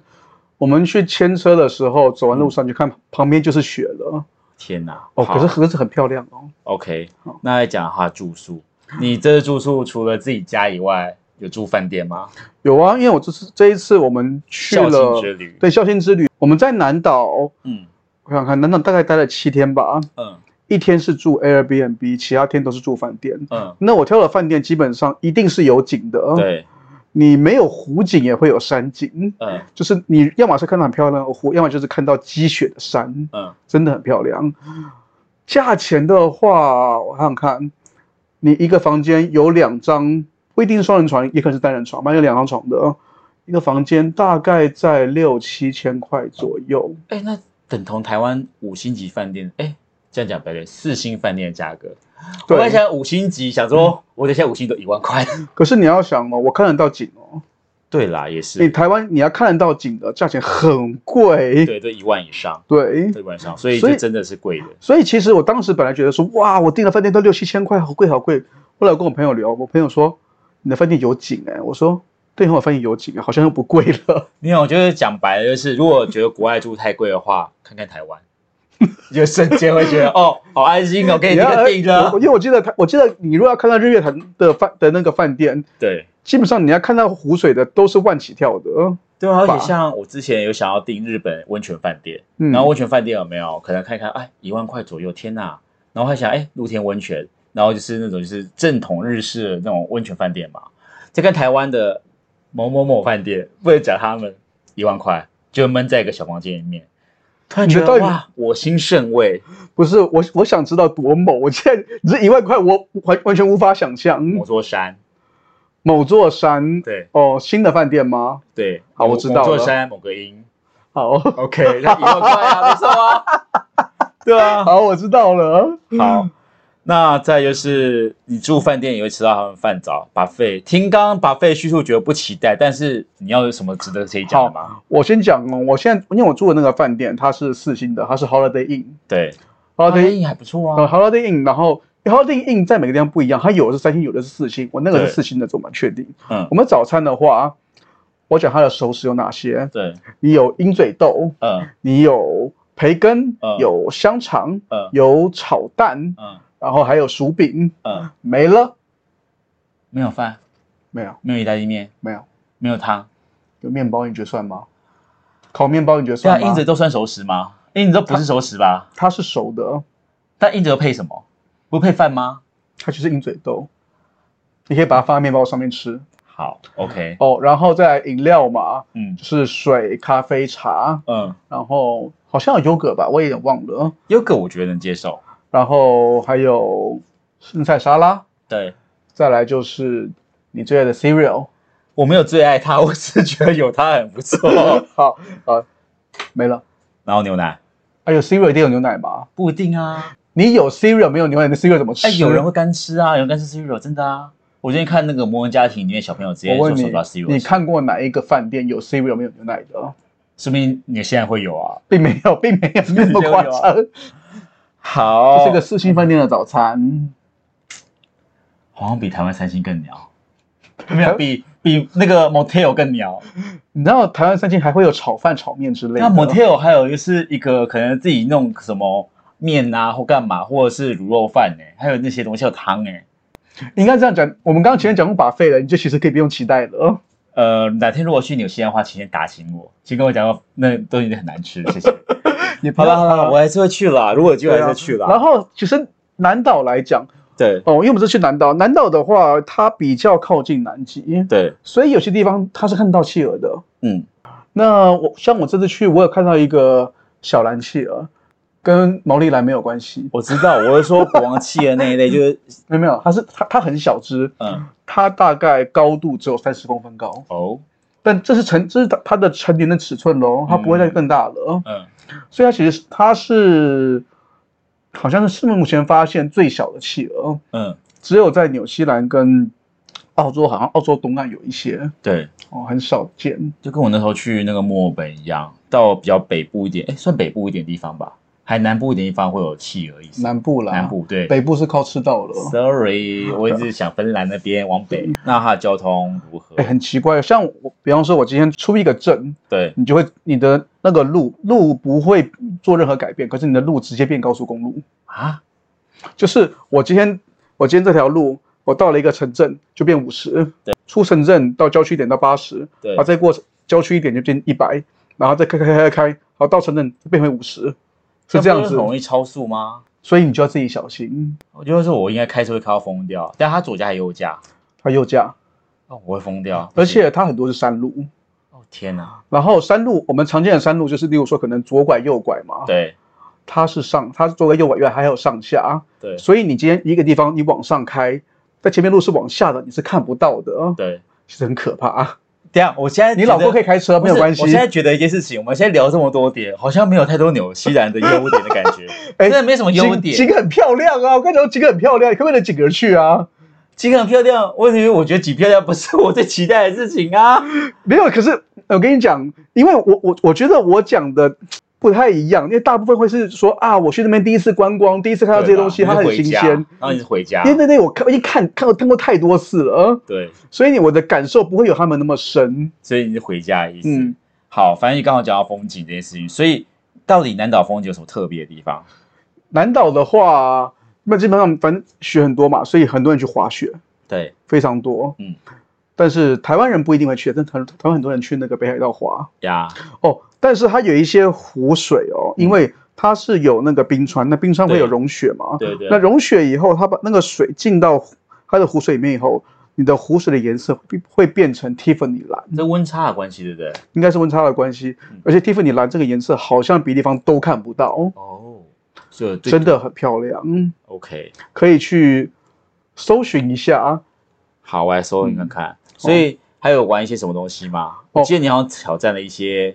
B: 我们去牵车的时候，走完路上就看旁边就是雪了。
C: 天哪！
B: 哦，
C: 嗯好
B: 可是盒子很漂亮哦。
C: OK，那来讲一下住宿，你这次住宿除了自己家以外，有住饭店吗？
B: 有啊，因为我这次这一次我们去
C: 孝
B: 了
C: 庆之旅，
B: 对孝心之旅，我们在南岛，我
C: 嗯
B: 想看南岛大概待了七天吧，
C: 嗯
B: 一天是住 Airbnb，其他天都是住饭店。
C: 嗯，
B: 那我挑的饭店基本上一定是有景的，，
C: 对，
B: 你没有湖景也会有山景，
C: 嗯
B: 就是你要么是看到很漂亮的湖，要么就是看到积雪的山，
C: 嗯
B: 真的很漂亮。价钱的话，我想想看，你一个房间有两张，不一定是双人床，也可能是单人床，反正有两张床的，一个房间大概在六七千块左右。
C: 哎、那等同台湾五星级饭店，哎、这样讲不太对，四星饭店的价格。我
B: 对
C: 本来想五星级，想说我等一下五星都一万块。
B: 可是你要想哦，我看得到景哦，
C: 对啦，也
B: 你
C: 是，
B: 台湾你要看得到景的价钱很贵，
C: 对，对，一万以上，
B: 对
C: 对，一万以上，所以
B: 所以
C: 这真的是贵的。
B: 所以其实我当时本来觉得说，哇，我订的饭店都六七千块，好贵好贵。后来我跟我朋友聊，我朋友说你的饭店有景哎、我说对，我饭店有景、啊，好像又不贵了。
C: 你好，我觉得讲白了就是，如果觉得国外住太贵的话，看看台 湾，你就瞬间会觉得哦，好安心哦，可以这
B: 要呃
C: 个定了
B: 我。 因为我记得他，我记得你如果要看到日月潭的饭的那个饭店，
C: 对
B: 基本上你要看到湖水的都是万起跳的。
C: 对啊，而
B: 吧
C: 且像我之前有想要订日本温泉饭店，
B: 嗯，
C: 然后温泉饭店有没有可能看一看，哎，一万块左右，天呐！然后还想，哎，露天温泉，然后就是那种就是正统日式的那种温泉饭店嘛，再跟台湾的某某某饭店，不能讲他们一万块，就闷在一个小房间里面，突然
B: 你
C: 觉得
B: 到底
C: 哇，我心甚慰，
B: 不是我，我想知道多猛。我现在你这一万块，我完完全无法想象。
C: 某座山，
B: 某座山，
C: 对
B: 哦，新的饭店吗？
C: 对，
B: 好
C: 某
B: 我知道
C: 某座
B: 了
C: 山某个音
B: 好，
C: ，OK，那一 万块啊，没错啊，对 啊，
B: 好，我知道了。
C: 好，
B: 嗯
C: 那再就是你住饭店也会吃到他们饭早把费。听刚刚把费叙述觉得不期待，但是你要有什么值得可以讲的吗？
B: 我先讲哦，我现在因为我住的那个饭店，它是四星的，它是 Holiday
C: 对，
B: Inn，Holiday
C: 应还不错
B: 呃
C: 啊。
B: Holiday Inn，然后 Holiday Inn 在每个地方不一样，它有的是三星，有的是四星，我那个
C: 对
B: 是四星的，这我蛮确定。
C: 嗯
B: 我，们早餐的话，我讲它的熟食有哪些？
C: 对，
B: 你有鹰嘴豆，
C: 嗯
B: 你有培根
C: 嗯，
B: 有香肠，
C: 嗯
B: 有炒蛋，
C: 嗯
B: 然后还有薯饼，
C: 嗯，
B: 没了，
C: 没有饭，
B: 没有，
C: 没有意大利面，
B: 没有，
C: 没有汤。
B: 有面包，你觉得算吗？烤面包你觉得
C: 对啊，
B: 算
C: 硬
B: 吗
C: 子？都算熟食吗？硬子都不是熟食吧？
B: 它是熟的，
C: 但硬子都配什么？不配饭吗？
B: 它就是鹰嘴豆，你可以把它放在面包上面吃
C: 好，OK，
B: 哦。然后再来饮料嘛，
C: 嗯
B: 就是水、咖啡、茶，
C: 嗯，
B: 然后好像有优格吧，我也忘了。
C: 优格我觉得能接受。
B: 然后还有生菜沙拉，
C: 对，
B: 再来就是你最爱的 cereal。
C: 我没有最爱它， 我只是觉得有它很不错。
B: 好，好，没了。
C: 然后牛奶
B: 还有 cereal 一定有牛奶吧？
C: 不一定啊，
B: 你有 cereal 没有牛奶，那 cereal 怎么吃？
C: 哎，有人会干吃啊，有人干吃 cereal，真的啊。我最近看那个《魔人家庭》里面小朋友直接
B: 我
C: 说
B: 问
C: 手
B: 你
C: 抓 cereal，，
B: 你看过哪一个饭店有 cereal 没有牛奶的？
C: 说明你现在会有啊。
B: 并没有，并没有那么夸张。
C: 好
B: 这是个四星饭店的早餐。
C: 好像比台湾三星更鸟，没有比比那个 motel 更鸟。
B: 你知道台湾三星还会有炒饭、炒面之类的。
C: 那 motel 还有就是一个可能自己弄什么面啊，或干嘛，或者是卤肉饭呢、还有那些东西还有汤哎、
B: 应该这样讲，我们刚刚前面讲过把费了，你就其实可以不用期待哦 了。
C: 呃，哪天如果去纽西兰的话，请先打醒我，先跟我讲过那东西很难吃，谢谢。
B: 你不
C: 好
B: 要
C: 了好了，我还是会去啦，如果有机会还是会去
B: 啊然
C: 啦。
B: 后其实南岛来讲，
C: 对
B: 哦，因为我们是去南岛，南岛的话它比较靠近南极，
C: 对，
B: 所以有些地方它是看得到企鹅的。
C: 嗯
B: 那我像我这次去，我有看到一个小蓝企鹅，跟毛利兰没有关系，
C: 我知道，我是说国王企鹅那一类，就是
B: 没有没有，它是它它很小只，
C: 嗯
B: 它大概高度只有三十公分高，
C: 哦
B: 但这是成这是它它的成年的尺寸喽，它不会再更大了。哦
C: 嗯
B: 所以它其实是它是好像是目前发现最小的企鹅，
C: 嗯，
B: 只有在纽西兰跟澳洲，好像澳洲东岸有一些
C: 对，
B: 哦，很少见。
C: 就跟我那时候去那个墨尔本一样，到比较北部一点，哎，算北部一点地方吧，还南部一点地方会有气而已。
B: 南部啦，
C: 南部对
B: 北部是靠吃到了。
C: Sorry，我一直想芬兰那边往北，那它的交通如何
B: 哎、？很奇怪，像我，比方说，我今天出一个镇，
C: 对，
B: 你就会你的那个路路不会做任何改变，可是你的路直接变高速公路。
C: 啊，
B: 就是我今天我今天这条路，我到了一个城镇就变五十，
C: 对，
B: 出城镇到郊区一点到八十，
C: 对
B: 然啊后再过郊区一点就变一百，然后再开开开开开，然后到城镇就变回五十，是这样
C: 那不
B: 子
C: 很，容易超速吗？
B: 所以你就要自己小心。
C: 我就会说，我应该开车会开到疯掉，但它左驾还右驾，
B: 它右驾，
C: 哦，我会疯掉。
B: 嗯而且它很多是山路，
C: 哦天哪，
B: 然后山路我们常见的山路就是，例如说可能左拐右拐嘛，
C: 对
B: 它是上，它是左拐右拐，原来还有上下，
C: 对
B: 所以你今天一个地方你往上开，在前面路是往下的，你是看不到的，
C: 对，
B: 其实很可怕、
C: 这样我现在
B: 你老公可以开车，
C: 不
B: 没
C: 是
B: 有关系
C: 我。现在觉得一件事情，我们现在聊这么多点，好像没有太多纽西兰的优点的感 觉，
B: 哎
C: 真的没什么优
B: 景景
C: 点。
B: 很漂亮啊！我跟你讲，景很漂亮，你可不可以带景儿去啊？
C: 景很漂亮，问题是我觉得景漂亮不是我最期待的事情 啊。
B: 没有，可是呃我跟你讲，因为我我我觉得我讲的不太一样，因为大部分会是说啊，我去那边第一次观光，第一次看到这些东西，
C: 对吧
B: 它
C: 你
B: 很
C: 是回
B: 新
C: 家
B: 鲜。
C: 然后你是回家
B: 因为，那那我看我一看看过看过太多次了，呃
C: 对，
B: 所以你我的感受不会有他们那么深。
C: 所以你是回家的意思。
B: 嗯，
C: 好，反正你刚好讲到风景这件事情，所以到底南岛风景有什么特别的地方？
B: 南岛的话，那基本上反正雪很多嘛，所以很多人去滑雪，
C: 对，
B: 非常多。
C: 嗯，
B: 但是台湾人不一定会去，但台台湾很多人去那个北海道滑。
C: 呀，
B: 哦，但是它有一些湖水哦，因为它是有那个冰川，那冰川会有
C: 嗯对
B: 融雪嘛，
C: 对对
B: 那融雪以后，它把那个水进到湖它的湖水里面以后，你的湖水的颜色会会变成 Tiffany 蓝，
C: 这温差的关系，对不对？
B: 应该是温差的关系
C: 嗯，
B: 而且 Tiffany 蓝这个颜色好像别地方都看不到，
C: 哦，这对
B: 真的很漂亮，嗯，
C: OK。
B: 可以去搜寻一下。
C: 好，我来搜你看看。所以还有玩一些什么东西吗？我记得你好像挑战了一些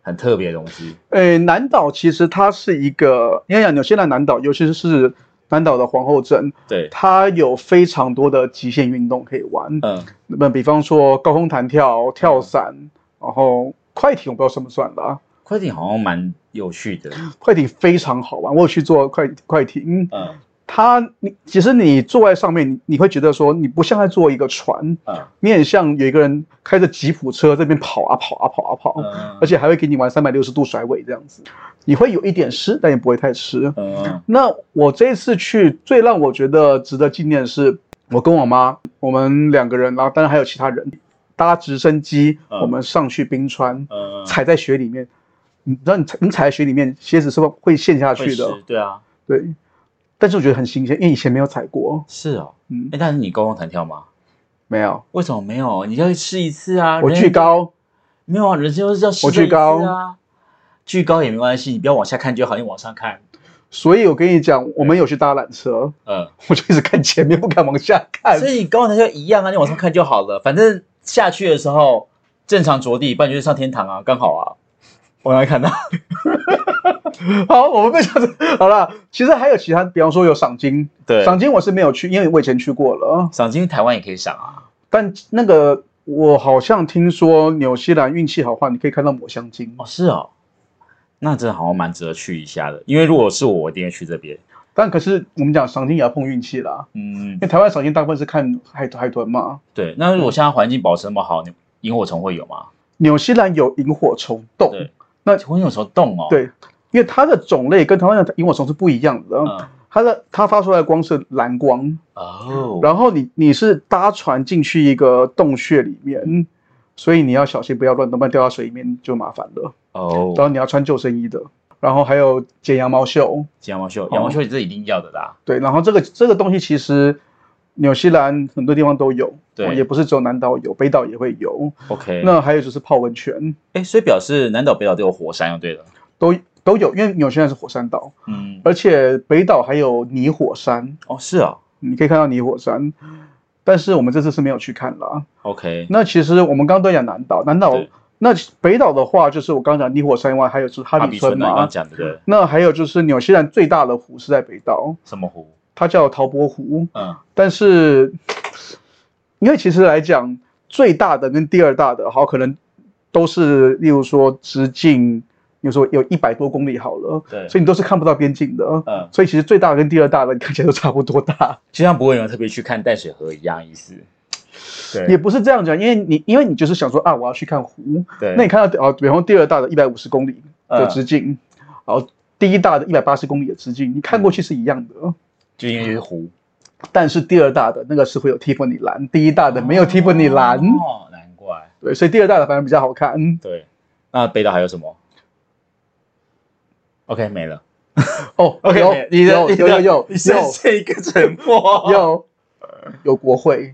C: 很特别的东西。
B: 呃，南岛其实它是一个，应该讲纽西兰南岛，尤其是南岛的皇后镇，
C: 对，
B: 它有非常多的极限运动可以玩。
C: 嗯，
B: 那么比方说高空弹跳、跳伞，然后快艇我不知道算不算啦，
C: 快艇好像蛮有趣的。
B: 快艇非常好玩，我有去做快快艇。
C: 嗯
B: 它你其实你坐在上面，你你会觉得说你不像在坐一个船，
C: 嗯
B: 你很像有一个人开着吉普车这边跑啊跑啊跑啊跑，
C: 嗯，
B: 而且还会给你玩三百六十度甩尾这样子，你会有一点湿，但也不会太湿。
C: 嗯
B: 那我这次去最让我觉得值得纪念的是，我跟我妈，我们两个人，然后当然还有其他人，搭直升机，
C: 嗯
B: 我们上去冰川，
C: 嗯，
B: 踩在雪里面。你知道你踩你踩在雪里面，鞋子是会会陷下
C: 会
B: 去
C: 是
B: 的，
C: 对啊，
B: 对。但是我觉得很新鲜，因为以前没有踩过，
C: 是哦。
B: 嗯
C: 哎，，但是你高空弹跳吗？
B: 没有。
C: 为什么没有？你要试一次啊！
B: 我
C: 人
B: 巨高，
C: 没有啊，人生就是要试
B: 我巨高
C: 这一次啊，巨高也没关系，你不要往下看就好，你往上看。
B: 所以我跟你讲，我们有去搭缆车，
C: 嗯，
B: 我就一直看前面，不敢往下看
C: 所。以你高弹跳一样啊，你往上看就好 了，反正下去的时候正常着地，不然就是上天堂啊，刚好啊。我来看到，啊
B: 好，我们被讲成 好了。其实还有其他，比方说有赏金，
C: 对
B: 赏金我是没有去，因为我以前去过了。
C: 赏金台湾也可以赏啊。
B: 但那个我好像听说纽西兰运气好的话，你可以看到抹香鲸。
C: 哦，是哦，那真的好像蛮值得去一下的，因为如果是我，我一定会去这边。
B: 但可是我们讲赏金也要碰运气啦，
C: 嗯
B: 因，为台湾赏金大部分是看海海豚嘛。
C: 对。那如果现在环境保持那么好，你萤火虫会有吗？
B: 纽西兰有萤火虫洞，
C: 对
B: 那
C: 会有什么动哦？，
B: 对因为它的种类跟台湾的萤火虫是不一样的。
C: 嗯，
B: 它的它发出来的光是蓝光，
C: 哦，
B: 然后你你是搭船进去一个洞穴里
C: 嗯
B: 面，所以你要小心不要乱动，不然掉到水里面就麻烦了。然
C: 哦，
B: 后你要穿救生衣的，然后还有剪羊毛袖，
C: 羊毛秀，羊毛秀这一定要的啦。
B: 对，然后这个这个东西其实纽西兰很多地方都有，
C: 对
B: 哦也不是只有南岛有，北岛也会有。
C: OK，
B: 那还有就是泡温泉
C: 哎，所以表示南岛北岛都有火山，就对了。
B: 都都有，因为纽西兰是火山岛，
C: 嗯，
B: 而且北岛还有泥火山，
C: 哦，是哦
B: 你可以看到泥火山。但是我们这次是没有去看啦。
C: ，OK，
B: 那其实我们刚刚都讲南岛，南岛
C: 对
B: 那北岛的话，就是我刚刚讲泥火山以外，还有就是哈
C: 阿
B: 比
C: 比
B: 村
C: 村嘛，嗯你刚
B: 嘛
C: 刚。讲的对，
B: 那还有就是纽西兰最大的湖是在北岛，
C: 什么湖？
B: 它叫陶博湖。
C: 嗯，
B: 但是，因为其实来讲，最大的跟第二大的，好可能都是，例如说直径比如说有一百多公里好了，
C: 对
B: 所以你都是看不到边境的。
C: 嗯，
B: 所以其实最大跟第二大的你看起来都差不多大，
C: 就像不会有人特别去看淡水河一样意思。
B: 也
C: 对
B: 不是这样讲，因为你因为你就是想说啊，我要去看湖，
C: 对，
B: 那你看到哦，比方说第二大的一百五十公里的
C: 嗯
B: 直径，然后第一大的一百八十公里的直径，你看过去是一样的，
C: 就因为是湖，
B: 但是第二大的那个是会有 Tiffany 蓝，第一大的没有 Tiffany 蓝，
C: 哦，难怪。
B: 对，所以第二大的反而比较好看。
C: 对，那北岛还有什么？OK，没了。
B: 哦
C: OK，
B: 有
C: 没了你的
B: 有
C: 你
B: 有
C: 的
B: 有有
C: 你剩
B: 有
C: 下一个沉 默。
B: 有有国会，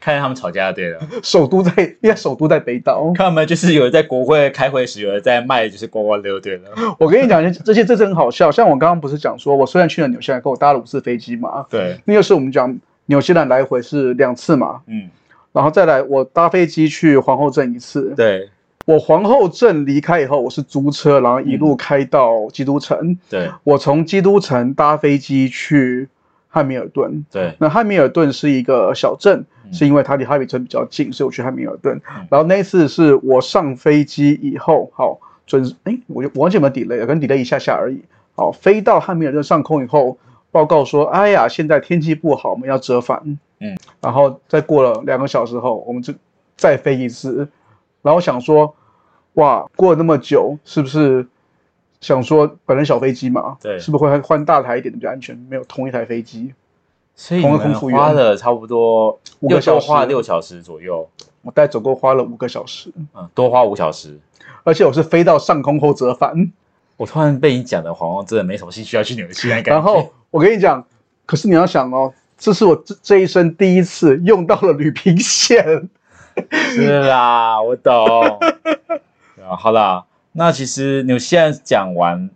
C: 看来他们吵架就对了，
B: 首都在，因为首都在北岛。
C: 看他们就是有人在国会开会时，有人在卖就是刮刮乐，对了，
B: 我跟你讲，这些这真很好笑。像我刚刚不是讲说，我虽然去了纽西兰，可我搭了五次飞机嘛，
C: 对，
B: 那就是我们讲纽西兰来回是两次嘛，
C: 嗯，
B: 然后再来我搭飞机去皇后镇一次。
C: 对
B: 我皇后镇离开以后，我是租车，然后一路开到基督城。
C: 对
B: 我从基督城搭飞机去汉密尔顿。
C: 对，
B: 那汉密尔顿是一个小镇，
C: 嗯
B: 是因为它离汉密尔顿比较近，所以我去汉密尔顿
C: 嗯。
B: 然后那一次是我上飞机以后，好准，哎，我就我忘记有没有 delay 了，跟 delay 一下下而已。好，飞到汉密尔顿上空以后，报告说，哎呀，现在天气不好，我们要折返。
C: 嗯，
B: 然后再过了两个小时后，我们就再飞一次。然后想说，哇，过了那么久，是不是想说本来小飞机嘛，
C: 对
B: 是不是会换大台一点的比较安全？没有同一台飞机，
C: 所以你
B: 同个空
C: 们
B: 服员
C: 花了差不多
B: 五个
C: 又
B: 小
C: 多
B: 时
C: 花六小时左右，
B: 我大概总共花了五个小时，
C: 嗯，多花五小时。
B: 而且我是飞到上空后折返。
C: 我突然被你讲的皇后真的没什么兴趣要去纽西兰，
B: 然后我跟你讲，可是你要想哦，这是我这这一生第一次用到了旅平线。
C: 是啦，我懂。啊，好啦，那其实纽西兰讲完，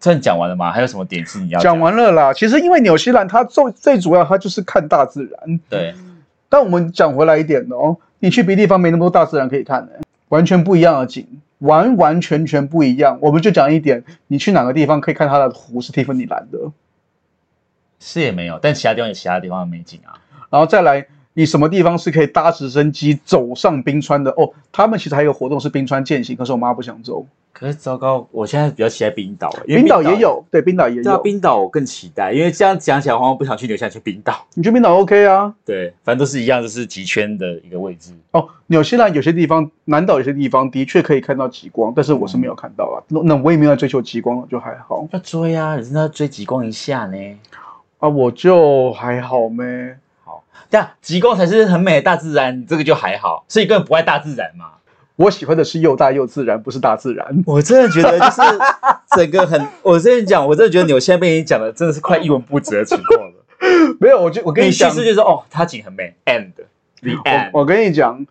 C: 算讲完了吗？还有什么点是你要
B: 讲？完了啦，其实因为纽西兰它最最主要它就是看大自然。
C: 对，
B: 但我们讲回来一点哦，你去别地方没那么多大自然可以看的、完全不一样的景，完完全全不一样。我们就讲一点，你去哪个地方可以看它的湖是蒂芙尼蓝的，
C: 是也没有，但其他地方有其他地方的美景啊。
B: 然后再来你什么地方是可以搭直升机走上冰川的哦。他们其实还有个活动是冰川健行，可是我妈不想走。
C: 可是糟糕，我现在比较期待冰岛，因为
B: 冰岛也。有，对，冰岛也
C: 对啊，
B: 有。
C: 冰岛我更期待，因为这样讲起来，皇后不想去纽西兰，去冰岛。
B: 你去冰岛 OK 啊？
C: 对，反正都是一样，就是极圈的一个位置。
B: 哦，纽西兰有些地方，南岛有些地方的确可以看到极光，但是我是没有看到啊。那那我也没有在追求极光，就还好
C: 要追啊，你真的要追极光一下呢。
B: 啊，我就还好咩。
C: 但极光才是很美的大自然，这个就还好，所以根本不爱大自然嘛。
B: 我喜欢的是又大又自然，不是大自然。
C: 我真的觉得就是整个 很，我之前讲，我真的觉得纽西兰被你讲的真的是快一文不值的情况 了。
B: 没有，我就我跟
C: 你叙
B: 讲，
C: 事就是哦，它景很美，and the end，
B: 我我跟你讲，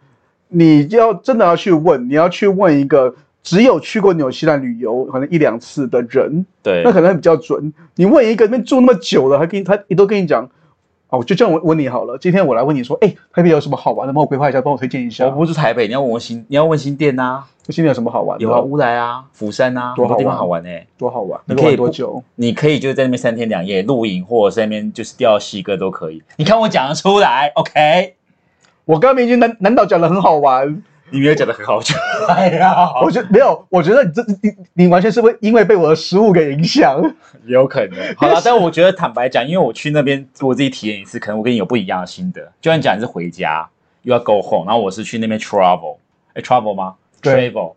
B: 你要真的要去问，你要去问一个只有去过纽西兰旅游可能一两次的人，
C: 对
B: 那可能比较准。你问一个那边住那么久了，还跟你他也都跟你讲，哦，我就这样问问你好了。今天我来问你说，哎，台北有什么好玩的？帮我规划一下，帮我推荐一下
C: 我。不住台北，你要问我新，你要问新店呐、
B: 今天有什么好玩的？
C: 有啊，乌来啊，釜山啊，
B: 多
C: 很
B: 好玩
C: 多地方好玩哎、
B: 多好玩？
C: 你
B: 能
C: 可以
B: 够玩多
C: 不
B: 久？
C: 你可以就在那边三天两夜露营，或者在那边就是钓西哥都可以。你看我讲得出来，OK？
B: 我刚刚已经南南岛讲的很好玩，
C: 你没有讲的很好，就哎呀，
B: 我觉得没有，我觉得你这你你完全是会因为被我的食物给影响。
C: 有可能。好了，但我觉得坦白讲，因为我去那边我自己体验一次，可能我跟你有不一样的心得。就像你讲，你是回家又要 go home，然后我是去那边 travel，哎，travel 吗
B: 对
C: ？travel，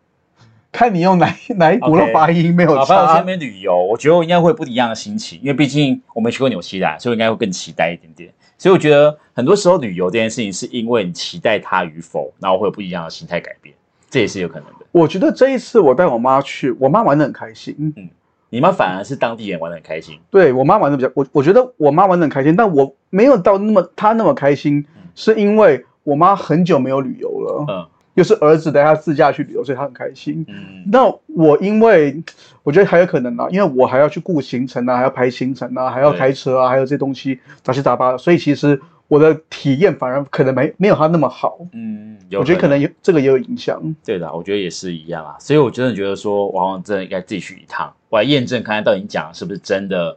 B: 看你用哪一哪一股的
C: OK
B: 发音没有
C: 好，反正我去那
B: 差。
C: 边旅游，我觉得我应该会有不一样的心情，因为毕竟我没去过纽西兰，所以我应该会更期待一点点。所以我觉得很多时候旅游这件事情，是因为你期待它与否，然后会有不一样的心态改变，这也是有可能的。
B: 我觉得这一次我带我妈去，我妈玩的很开心。
C: 嗯你们反而是当地人玩的很开心，
B: 对我妈玩的比较，我我觉得我妈玩的很开心，但我没有到那么她那么开心，是因为我妈很久没有旅游了，
C: 嗯
B: 又是儿子带她自驾去旅游，所以她很开心。
C: 嗯，
B: 那我因为我觉得还有可能啊，因为我还要去顾行程啊，还要排行程啊，还要
C: 对
B: 开车啊，还有这些东西杂七杂八的，所以其实我的体验反而可能没没有她那么好。
C: 嗯，有
B: 我觉得可能有这个也有影响。
C: 对的，我觉得也是一样啊。所以我真的觉得说，我好像真的应该自己去一趟，我来验证看看到底你讲的是不是真的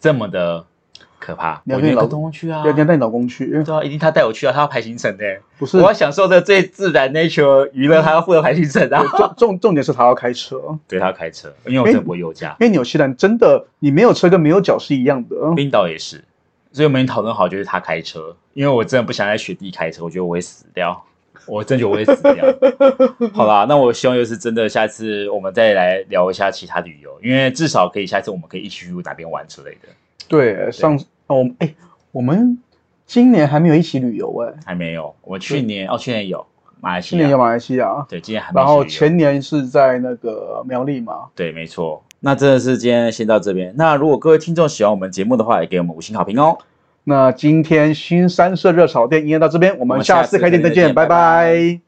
C: 这么的可怕。
B: 你要
C: 我
B: 跟你
C: 宁可
B: 老
C: 跟我去啊，
B: 要要带你老公去，
C: 对啊，一定他带我去啊，他要排行程的、
B: 不是
C: 我要享受这最自然 nature 娱乐，他要负责排行程啊。
B: 重重重点是他要开车，
C: 对他要开车，因为
B: 哎
C: 我真的不会右驾。
B: 因为纽西兰真的你没有车跟没有脚是一样的，
C: 冰岛也是，所以我们已经讨论好就是他开车，因为我真的不想在雪地开车，我觉得我会死掉，我真觉得我会死掉。 好啦，那我希望就是真的，下次我们再来聊一下其他旅游，因为至少可以下次我们可以一起去哪边玩之类的，
B: 对，上哦，我们哎，我们今年还没有一起旅游哎，
C: 还没有。我去年哦，去年有马来西
B: 今年有
C: 亚，
B: 马来西亚，
C: 对，今年还没
B: 然后
C: 去旅游
B: 前年是在那个苗栗嘛，
C: 对，没错。那真的是今天先到这边。那如果各位听众喜欢我们节目的话，也给我们五星好评哦。
B: 那今天新三社热炒店应该到这边，我
C: 我
B: 们
C: 们
B: 下
C: 下
B: 次
C: 次
B: 开
C: 开
B: 店
C: 店
B: 再
C: 再
B: 见，
C: 见拜
B: 拜拜